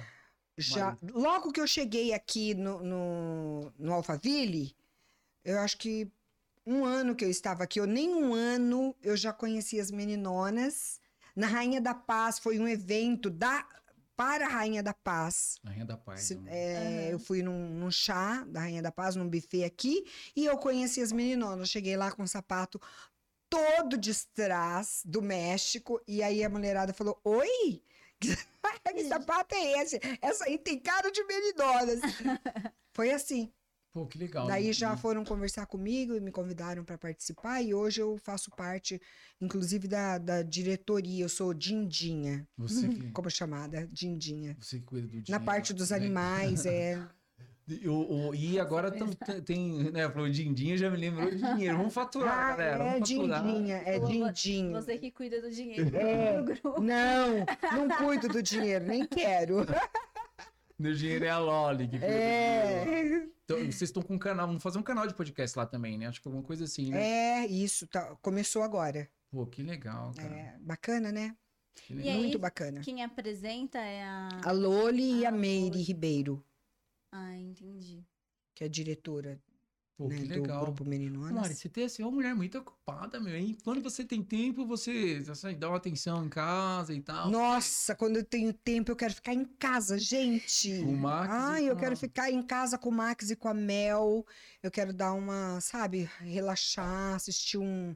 Já, logo que eu cheguei aqui no, no, no Alphaville, eu acho que um ano que eu estava aqui, ou nem um ano, eu já conheci as meninonas. Na Rainha da Paz, foi um evento da, para a Rainha da Paz.
Na Renda Paz.
Se-
né?
é,
Aham.
Eu fui num, num chá da Rainha da Paz, num buffet aqui, e eu conheci as meninonas. Eu Cheguei lá com o sapato todo de strass do México, e aí a mulherada falou: Oi? (laughs) que sapato é esse? Essa aí tem cara de meninas. Foi assim.
Pô, que legal.
Daí
né?
já foram conversar comigo e me convidaram para participar. E hoje eu faço parte, inclusive, da, da diretoria. Eu sou Dindinha,
Você
(laughs)
que,
como é chamada? Dindinha.
você que cuida do
Na
dinheiro,
parte dos
né?
animais, é.
E, o- o- e agora
(laughs)
tam- tem, né, falou dindinha, já me lembrou de dinheiro. Vamos faturar,
Ah,
galera.
é
Vamos faturar.
dindinha, é
Vo-
dindinho.
Você que cuida do dinheiro
É.
(laughs) do grupo.
Não, não cuido do dinheiro,
(laughs)
nem quero.
Meu dinheiro é a Loli. Que cuida do dinheiro.
É,
Então, vocês estão com um canal, vamos fazer um canal de podcast lá também, né? Acho que alguma coisa assim, né?
é isso, tá- começou agora.
Pô, que legal, cara.
É, bacana, né?
Que
E
legal.
aí?
Muito bacana.
Quem apresenta é a.
A Loli e a
A
Meire
Ah, Loli.
Ribeiro,
Ah, entendi.
que é a diretora
Pô,
né,
que
do
legal.
Grupo
Lori,
Meninonas.
você tem assim, uma mulher muito ocupada, meu, hein? Quando você tem tempo, você assim, dá uma atenção em casa e tal.
Nossa, quando eu tenho tempo, eu quero ficar em casa, gente.
O Max.
Ai,
e
eu
tal.
quero ficar em casa com o Max e com a Mel. Eu quero dar uma, sabe, relaxar, assistir um,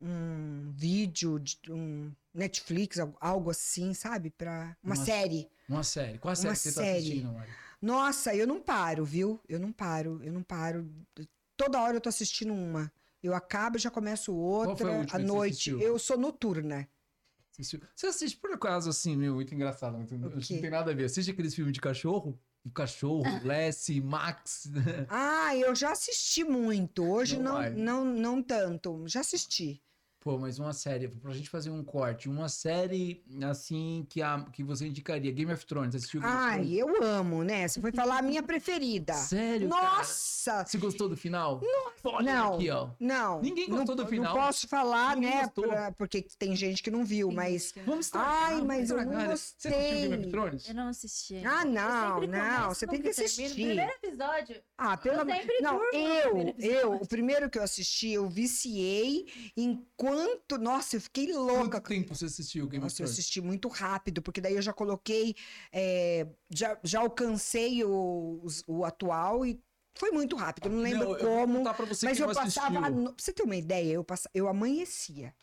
um vídeo, de- um Netflix, al- algo assim, sabe? Pra uma
Uma-
série.
Uma série. Qual a série
Uma
que você tá
série.
assistindo, Lori?
Nossa, eu não paro, viu? Eu não paro, eu não paro. Toda hora eu tô assistindo uma. Eu acabo e já começo
foi a
outra
última
à
que você
noite.
assistiu?
Eu sou noturna.
Você assistiu- Você assiste por acaso assim, meu, muito engraçado. Muito, não
quê?
tem nada a ver. Assiste aqueles filmes de cachorro? O
(laughs)
cachorro, Lessie, Max.
Ah, eu já assisti muito. Hoje
É. Não
não,
vai.
não, não tanto. Já assisti.
Pô, mas uma série, pra gente fazer um corte, uma série assim que, a, que você indicaria, Game of Thrones, assistiu Game of
Ai,
Thrones?
eu amo, né? Você foi falar a minha preferida.
Sério? Cara?
Nossa!
Você gostou do final? Nossa! Olha
Não.
aqui, ó.
Não.
Ninguém gostou
não,
do final.
Não posso falar,
Ninguém
né?
gostou.
pra- porque tem gente que não viu,
Tem
mas.
gente que eu não-
Vamos estragar.
Ai,
vamos
mas eu não
estragar. né? Você assistiu Game of
gostei.
Thrones?
Eu não assisti. ainda.
Ah,
Eu
não,
sempre
não.
começo
Você
no
tem que
termino.
assistir.
Primeiro episódio.
Ah, pelo amor.
sempre
Não,
durmo no
eu,
primeiro
eu, o primeiro que eu assisti, eu viciei enquanto. Nossa, eu fiquei louca.
Quanto tempo você assistiu Game of
Nossa, eu
Thrones?
assisti muito rápido, porque daí eu já coloquei, é, já, já alcancei o, os- o atual e Foi muito rápido, não lembro
Não, eu vou
como.
contar pra você
mas
que
eu
não
passava.
assistiu.
a no- Pra você ter uma ideia, eu, passa... eu amanhecia.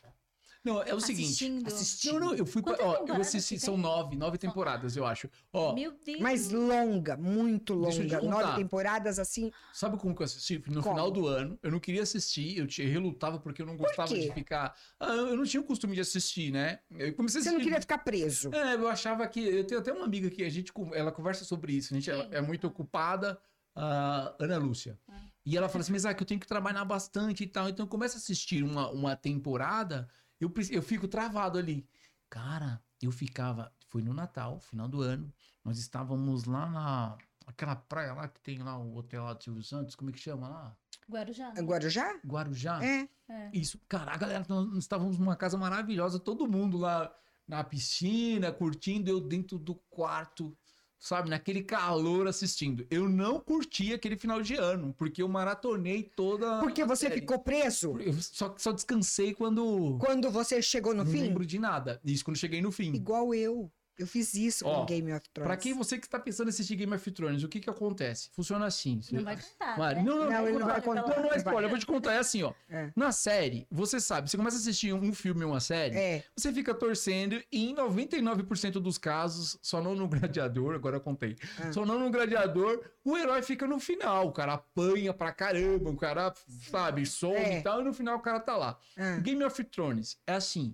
Não, é o seguinte.
Assistindo.
Assistindo.
Não, não, eu fui. pra-
Quantas
Ó, eu
temporadas
assisti,
que
são
tem?
nove, nove temporadas, eu acho. Ó,
Meu Deus.
Mas longa, muito
Deixa eu te
longa.
contar.
Nove temporadas assim.
Sabe como que eu assisti? No
Como?
final do ano, eu não queria assistir, eu te- relutava porque eu não gostava
quê?
de ficar. Ah, eu não tinha o costume de assistir, né? Eu comecei a
Você não
assistir.
queria ficar preso.
É, eu achava que. Eu tenho até uma amiga que a gente. con- Ela conversa sobre isso. A gente ela
Quem?
é muito ocupada, a Ana Lúcia.
Ah.
E ela fala assim: Mas ah, que eu tenho que trabalhar bastante e tal. Então começa a assistir uma, uma temporada, eu, preci- eu fico travado ali. Cara, eu ficava. Foi no Natal, final do ano. Nós estávamos lá na. Aquela praia lá que tem lá o hotel lá do Silvio Santos, como é que chama lá?
Guarujá. né?
Agora já?
Guarujá.
É.
É.
Isso, cara, a galera, nós nós estávamos numa casa maravilhosa, todo mundo lá na piscina, curtindo, eu dentro do quarto, sabe, naquele calor assistindo. Eu não curti aquele final de ano, porque eu maratonei toda.
Porque
a
você
série.
ficou preso
Eu só, só descansei quando.
quando você chegou no
não
fim?
lembro de nada. Isso quando cheguei no fim.
Igual eu. Eu fiz isso
Ó,
com Game of Thrones.
Pra quem você que está pensando em assistir Game of Thrones, o que que acontece? Funciona assim.
Não vai contar.
Mari,
né?
não, não,
Não, ele não vai
Pelo
contar.
Não, não é
amor de
spoiler, eu
Deus.
vou te contar. É assim, ó.
É.
Na série, você sabe, você começa a assistir um filme ou uma série,
É.
Você fica torcendo e em 99% dos casos, só não no (laughs) gladiador, agora eu contei.
Ah.
Só não no gladiador, o herói fica no final, o cara apanha pra caramba, o cara, sabe, some
É.
e tal, e no final o cara tá lá.
ah.
Game of Thrones é assim,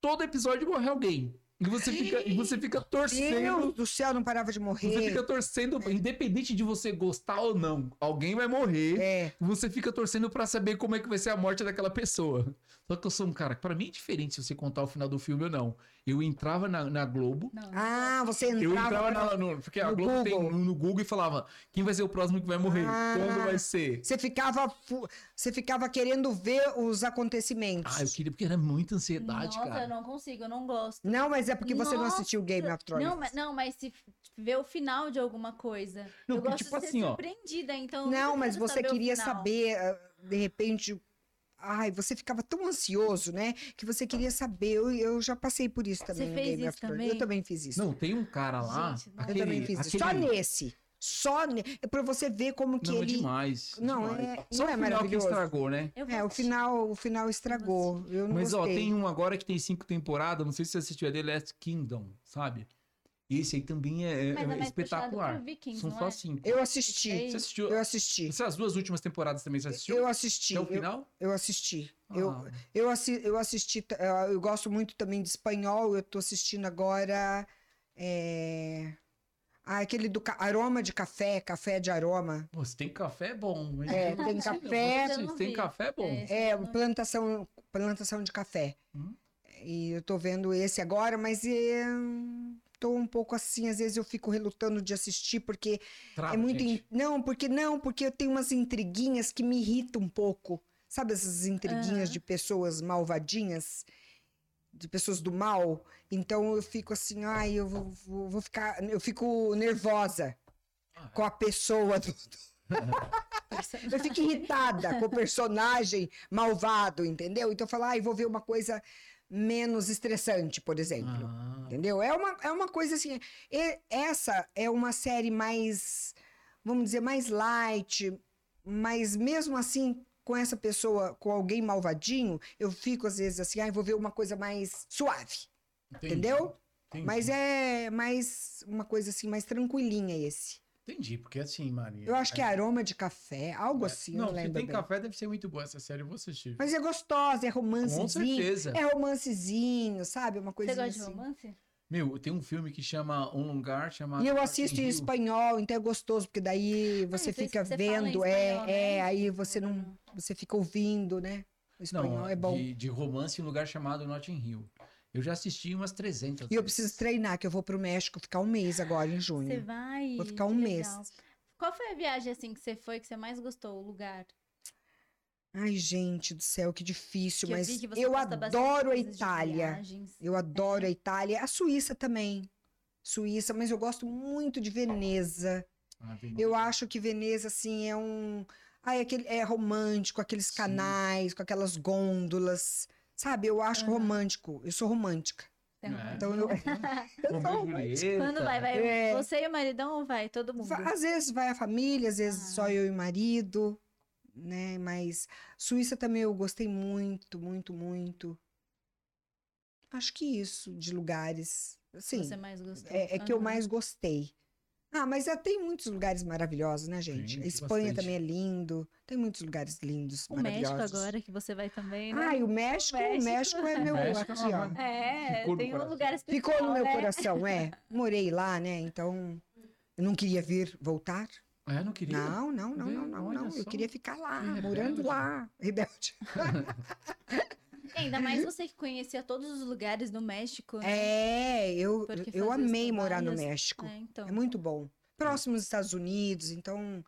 todo episódio morre alguém. E você fica, e você fica torcendo,
Deus do céu, não parava de
você
morrer.
fica torcendo, independente de você gostar ou não, alguém vai morrer.
É.
Você fica torcendo pra saber como é que vai ser a morte daquela pessoa. Só que eu sou um cara que pra mim é diferente se você contar o final do filme ou não. Eu entrava na, na Globo,
Não, não.
Ah, você entrava.
eu entrava
pra-
na, no, porque a
no
Globo tem
Google.
no, no Google e falava quem vai ser o próximo que vai morrer,
Ah.
quando vai ser.
Você ficava, fu- você ficava querendo ver os acontecimentos.
Ah, eu queria porque era muita ansiedade,
Nossa, eu
cara.
não consigo, eu não gosto.
Não, mas é porque você não
Nossa!
assistiu Game of Thrones.
Não, mas, não, mas se f- ver o final de alguma coisa.
Não,
eu gosto
porque, tipo
de ser
assim, ó.
surpreendida, então. eu
Não,
nunca
mas
quero
você
saber o
queria
final.
saber, ah, de repente. Ai, você ficava tão ansioso, né? Que você queria saber. Eu, eu já passei por isso também no
fez
Game
isso
of Thrones. Eu
também?
também fiz isso.
Não, tem um cara lá.
Gente, não. Eu
eu também fiz isso. Só
aquele-
nesse. Só ne... é pra você ver como que
Não, é
ele.
demais.
Não, é-
demais.
não
Só
é
o final que
maravilhoso?
estragou, né?
Eu
é,
vou
o final, o final estragou. Eu não
Mas ó,
gostei.
tem um agora que tem cinco temporadas, não sei se você assistiu, é The Last Kingdom, sabe? Esse aí também é,
Mas
é-
é
é
mais puxado
espetacular.
pro Vikings,
São
não
só
é?
cinco.
Eu assisti.
Você assistiu?
Eu assisti.
Essas duas últimas temporadas também você assistiu?
Eu assisti.
Até o
Eu,
final?
eu assisti. Eu,
Ah,
Eu, assi eu assisti, t- eh, eu gosto muito também de espanhol, eu tô assistindo agora eh, ah, aquele do ca- aroma de café, café de aroma.
pô, se tem café, é bom. hein?
É, tem
Não,
café.
não, Se tem café, é bom.
É. Esse
É,
eu não-
plantação, plantação de café.
Hum.
E eu tô vendo esse agora, mas estou um pouco assim, às vezes eu fico relutando de assistir, porque
Trava,
é muito. in-
gente.
Não, porque não, porque eu tenho umas intriguinhas que me irritam um pouco. Sabe essas intriguinhas
Aham.
de pessoas malvadinhas? De pessoas do mal? Então eu fico assim, ai, eu vou, vou- vou ficar. Eu fico nervosa
Ah,
com a pessoa. do- Eu fico irritada com o personagem malvado, entendeu? Então eu falo, ai, vou ver uma coisa menos estressante, por exemplo.
Ah,
Entendeu? É uma, é uma coisa assim. e- essa é uma série mais, vamos dizer, mais light, mas mesmo assim, com essa pessoa, com alguém malvadinho, eu fico às vezes assim, ah, eu vou ver uma coisa mais suave,
entendi,
entendeu?
entendi.
Mas é mais uma coisa assim, mais tranquilinha esse.
Entendi, porque assim, Maria.
Eu acho que é aroma de café, algo
É.
assim, não,
Não, se
lembro.
tem
bem.
café, deve ser muito boa essa série, eu vou assistir.
Mas é gostosa, é
Com
romancezinho.
certeza.
É romancezinho, sabe? Uma
Você
coisa
gosta de
assim.
romance?
Meu, tem um filme que chama Um Lugar, chama...
E eu assisto em
Rio.
espanhol, então é gostoso, porque daí você
então
fica
isso que você fala em espanhol,
vendo, é,
né?
é, aí você não, você fica ouvindo, né? O espanhol
Não,
é bom.
De, de romance em um lugar chamado Notting Hill. Eu já assisti umas 300.
E eu
vezes.
preciso treinar, que eu vou pro México ficar um mês agora, em
Você
junho.
vai.
Vou ficar um
que
mês.
legal. Qual foi a viagem assim que você foi que você mais gostou, o lugar?
Ai, gente do céu, que difícil,
Que eu
mas
vi que
eu,
você posta bastante
adoro a
coisas de
Itália.
viagens.
Eu adoro a Itália, a Suíça também. Suíça, mas eu gosto muito de Veneza.
Ah, tem-
Eu acho que Veneza, assim, é um. Ai, aquele... é romântico, aqueles
Sim.
canais, com aquelas gôndolas. Sabe, eu acho
Aham.
romântico. Eu sou romântica.
É.
interrompe.
Então, (laughs) eu- eu
Romeu
sou-
e Julieta.
Quando vai? Vai
É.
você e o maridão ou vai todo mundo?
Va- Às vezes vai a família, às vezes
Ah.
só eu e o marido, né? Mas Suíça também eu gostei muito, muito, muito. Acho que isso, de lugares. Assim,
Você mais gostou?
é, é que eu
Aham.
mais gostei. Ah, mas é, tem muitos lugares maravilhosos, né, gente?
Tem,
a
tem
Espanha
bastante.
também é lindo. Tem muitos lugares lindos,
O México
maravilhosos.
agora, que você vai também, né?
Ai, o México, o
México.
México é
(laughs)
meu
México é
aqui,
uma-
ó.
É,
Ficou no
tem um
coração.
lugar especial,
Ficou no meu
né?
coração, é. Morei lá, né? Então, eu não queria vir voltar.
É, não queria.
Não, não, não,
Vê,
não, não,
olha
não. Eu
só.
queria ficar lá,
Que
morando
rebelde.
lá, (laughs) rebelde.
Ainda mais você que conhecia todos os lugares do México, né?
É, eu,
Porque
eu
fazer os
amei morar no
trabalhos,
México.
É, então.
É muito bom. Próximo dos Estados Unidos, então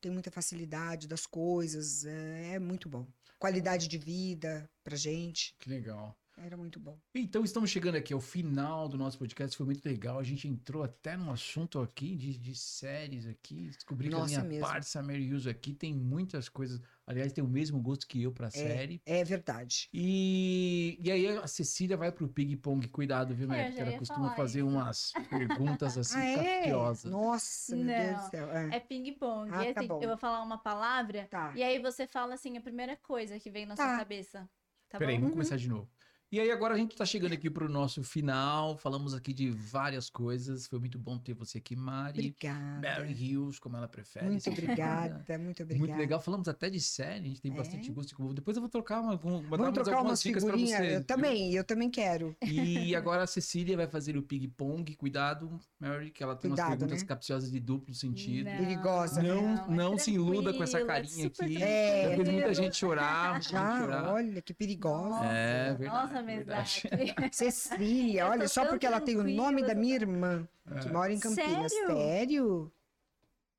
tem muita facilidade das coisas. É, é muito bom. Qualidade de vida pra gente.
Que legal.
Era muito bom.
Então, estamos chegando aqui ao final do nosso podcast. Foi muito legal. A gente entrou até num assunto aqui de, de séries aqui. Descobri
Nossa,
que a minha
mesmo.
parça Mary Hughes aqui tem muitas coisas. Aliás, tem o mesmo gosto que eu pra série.
É verdade.
E, e aí a Cecília vai pro Ping Pong. Cuidado, viu,
É,
Mary?
eu já
Porque ela
ia
costuma
falar
fazer
isso.
umas
(laughs)
perguntas assim
Ah, é?
capciosas.
Nossa, meu Deus
Não.
do céu. É.
É ping-pong.
Ah,
E
tá
assim,
bom.
eu vou falar uma palavra
Tá.
e aí você fala assim a primeira coisa que vem na
Tá.
sua cabeça. Tá
Peraí, um
bom?
vamos começar de novo. E aí, agora a gente tá chegando aqui pro nosso final. Falamos aqui de várias coisas. Foi muito bom ter você aqui, Mari.
Obrigada.
Mary Hills, como ela prefere.
Muito
sem dúvida.
obrigada, muito obrigada.
Muito legal. Falamos até de série. A gente tem bastante
É.
gosto. em comum. Depois eu vou trocar uma, vou mandar
Vamos
umas-
trocar
algumas
umas
dicas pra
figurinhas?
você.
Eu também, eu também quero.
E agora a Cecília vai fazer o ping-pong. Cuidado, Mary, que ela tem umas
Cuidado,
perguntas
né?
capciosas de duplo sentido.
Perigosa.
Não-
é
não se iluda com essa
tranquilo, é
carinha
super
aqui.
É.
tranquilo.
Já fez muita gente chorar. muita gente
Já,
chorar.
olha que perigosa.
É,
Nossa,
verdade,
verdade.
Cecília,
Eu
olha,
tô
só
tão
porque ela tem o nome da
tranquila.
minha irmã, que
É.
mora em Campinas.
Sério?
Sério?
(laughs)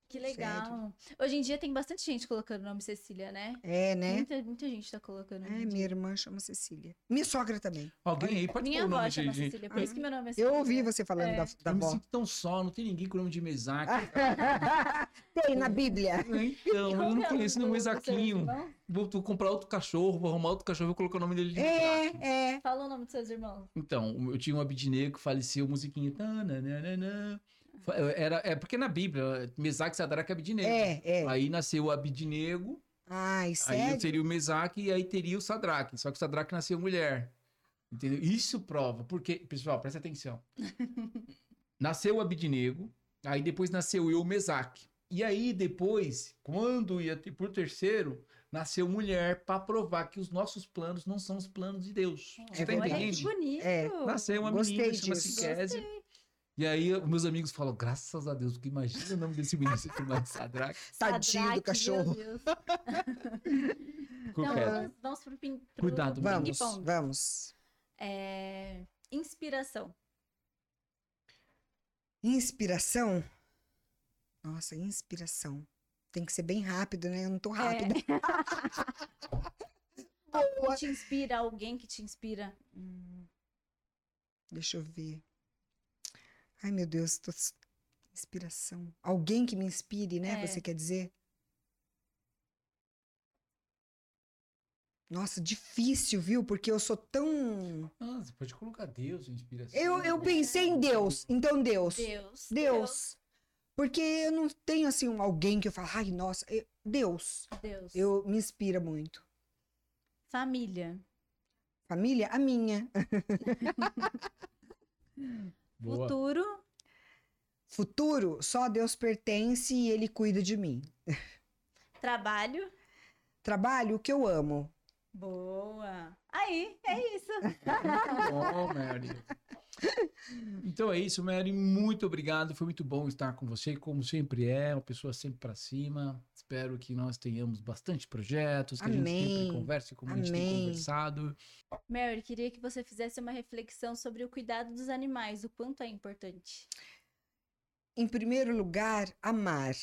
Que legal. Hoje em dia tem bastante gente colocando o nome Cecília, né?
É, né?
Muita, muita gente tá colocando.
É,
hoje em dia.
minha irmã chama Cecília. Minha sogra também.
Alguém aí pode
Minha
pôr o nome
avó
de-
chama
de-
Cecília, por isso que meu nome é Cecília.
Eu ouvi você falando
É.
da, da
eu me
avó. (laughs)
sinto tão só, não tem ninguém com o nome de Mesaque.
Ah, tem na Bíblia.
Então,
E
eu
qual
não
que é o
conheço
nome
meu
do seu
Isaquinho.
irmão?
Vou, vou comprar outro cachorro, vou arrumar outro cachorro, vou colocar o nome dele de Mesaque.
É, é.
Fala o nome dos seus irmãos.
Então, eu tinha um abidinegro que faleceu, musiquinha. tananana. Fa- Era, é porque na Bíblia, Mesaque Sadraque é abidnego.
É, é.
Aí nasceu o abidnego,
Ai,
aí eu
sério?
teria o Mesaque e aí teria o Sadraque. Só que o Sadraque nasceu mulher. Entendeu? Isso prova, porque, pessoal, presta
(laughs)
atenção. nasceu o Abidnego, aí depois nasceu eu, o Mesaque. E aí depois, quando ia ter por terceiro, nasceu mulher para provar que os nossos planos não são os planos de Deus. Você tá
É, verdade.
Olha que
entendendo?
bonito.
É,
Nasceu uma
Gostei
menina, chama-se
disso.
Kézia. E aí os meus amigos falam, graças a Deus, porque imagina o nome desse menino se chamar Sadraque.
Tadinho do
Sadraque,
cachorro.
meu Deus.
com
Então,
Kézia.
vamos, vamos pro, ping, pro
Cuidado,
ping
Vamos,
pong.
vamos.
É, inspiração.
Inspiração? Nossa, inspiração. Tem que ser bem rápido, né? Eu não tô rápida.
É,
Boa.
(laughs) que te inspira, alguém que te inspira.
Hum, Deixa eu ver. Ai, meu Deus, tô... s- inspiração. Alguém que me inspire, né?
É.
Você quer dizer? Nossa, difícil, viu? Porque eu sou tão.
Ah, você pode colocar Deus em inspiração.
Eu, eu pensei em Deus. Então, Deus.
Deus.
Deus. Porque eu não tenho, assim, um alguém que eu falo, ai, nossa, eu- Deus.
Deus.
Eu me inspira muito.
Família.
Família? A minha.
Boa.
Futuro.
Futuro, só a Deus pertence e Ele cuida de mim.
Trabalho.
Trabalho o que eu amo.
Boa. Aí, é isso.
Tá Bom, Mary. Então é isso, Mary. Muito obrigado. Foi muito bom estar com você, como sempre é, uma pessoa sempre para cima. Espero que nós tenhamos bastante projetos, que a gente sempre
Amém.
converse como a gente tem
Amém.
conversado.
Mary, queria que você fizesse uma reflexão sobre o cuidado dos animais, o quanto é importante.
Em primeiro lugar, amar.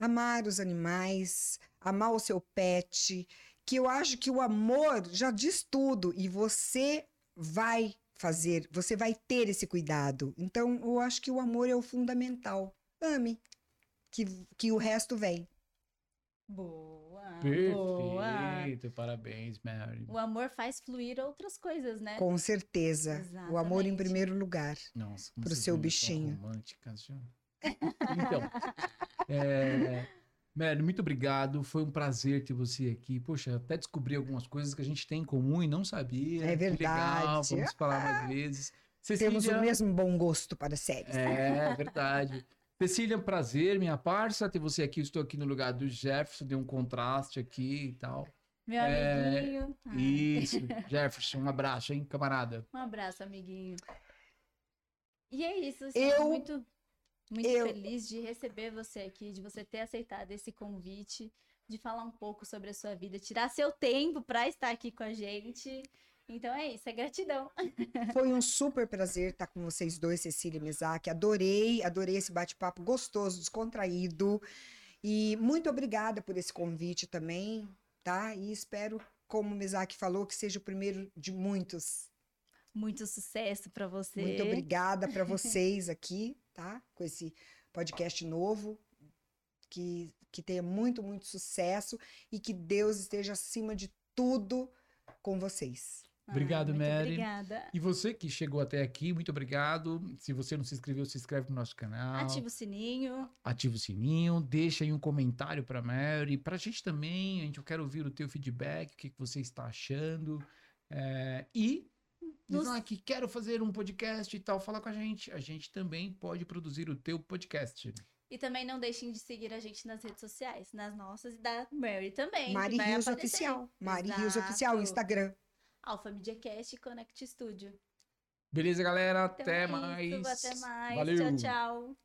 Amar os animais, amar o seu pet, que eu acho que o amor já diz tudo e você vai fazer, você vai ter esse cuidado. Então, eu acho que o amor é o fundamental. Ame, que, que o resto vem.
Boa.
Ah,
Perfeito.
Boa.
Perfeito, parabéns, Mary.
O amor faz fluir outras coisas, né?
Com certeza. O amor em
Exatamente.
primeiro lugar.
Nossa, como
Pro
vocês
seu
são
bichinho.
românticas, viu? Então, (laughs) é, Mary, muito obrigado. Foi um prazer ter você aqui. Poxa, até descobri algumas coisas que a gente tem em comum e não sabia.
É
Que Legal,
verdade.
vamos falar
(laughs)
mais vezes. Cecília,
Temos o mesmo bom gosto para séries.
(laughs) É verdade. Cecília, prazer, minha parça, ter você aqui. Eu estou aqui no lugar do Jefferson, deu um contraste aqui e tal.
Meu
É,
amiguinho. Ah,
Isso, Jefferson, um abraço, hein, camarada.
Um abraço, amiguinho. E é isso. Estou
Eu-
muito, muito
eu-
feliz de receber você aqui, de você ter aceitado esse convite, de falar um pouco sobre a sua vida, tirar seu tempo para estar aqui com a gente. Então é isso, é gratidão.
Foi um super prazer estar com vocês dois, Cecília e Mesaque. Adorei, adorei esse bate-papo gostoso, descontraído. E muito obrigada por esse convite também, tá? E espero, como o Mesaque falou, que seja o primeiro de muitos.
Muito sucesso para você.
Muito obrigada para vocês aqui, tá? Com esse podcast novo. Que, que tenha muito, muito sucesso e que Deus esteja acima de tudo com vocês.
Obrigado,
Ah, muito
Mary.
Obrigada.
E você que chegou até aqui, muito obrigado. Se você não se inscreveu, se inscreve no nosso canal.
Ativa o sininho.
ativa o sininho, deixa aí um comentário para Mary, para a gente também, a gente eu quero ouvir o teu feedback, o que, que você está achando, é, e
Nos-
diz lá que quero fazer um podcast e tal, fala com a gente, a gente também pode produzir o teu podcast.
E também não deixem de seguir a gente nas redes sociais, nas nossas e da Mary também. que
Mari
vai
Rios
aparecer.
Oficial. Mari Rios Oficial,
Exato.
Instagram.
Alfa Media Cast e Connect Studio.
Beleza, galera?
Então
Até
é isso,
mais.
Até mais. Tchau,
Valeu.
tchau.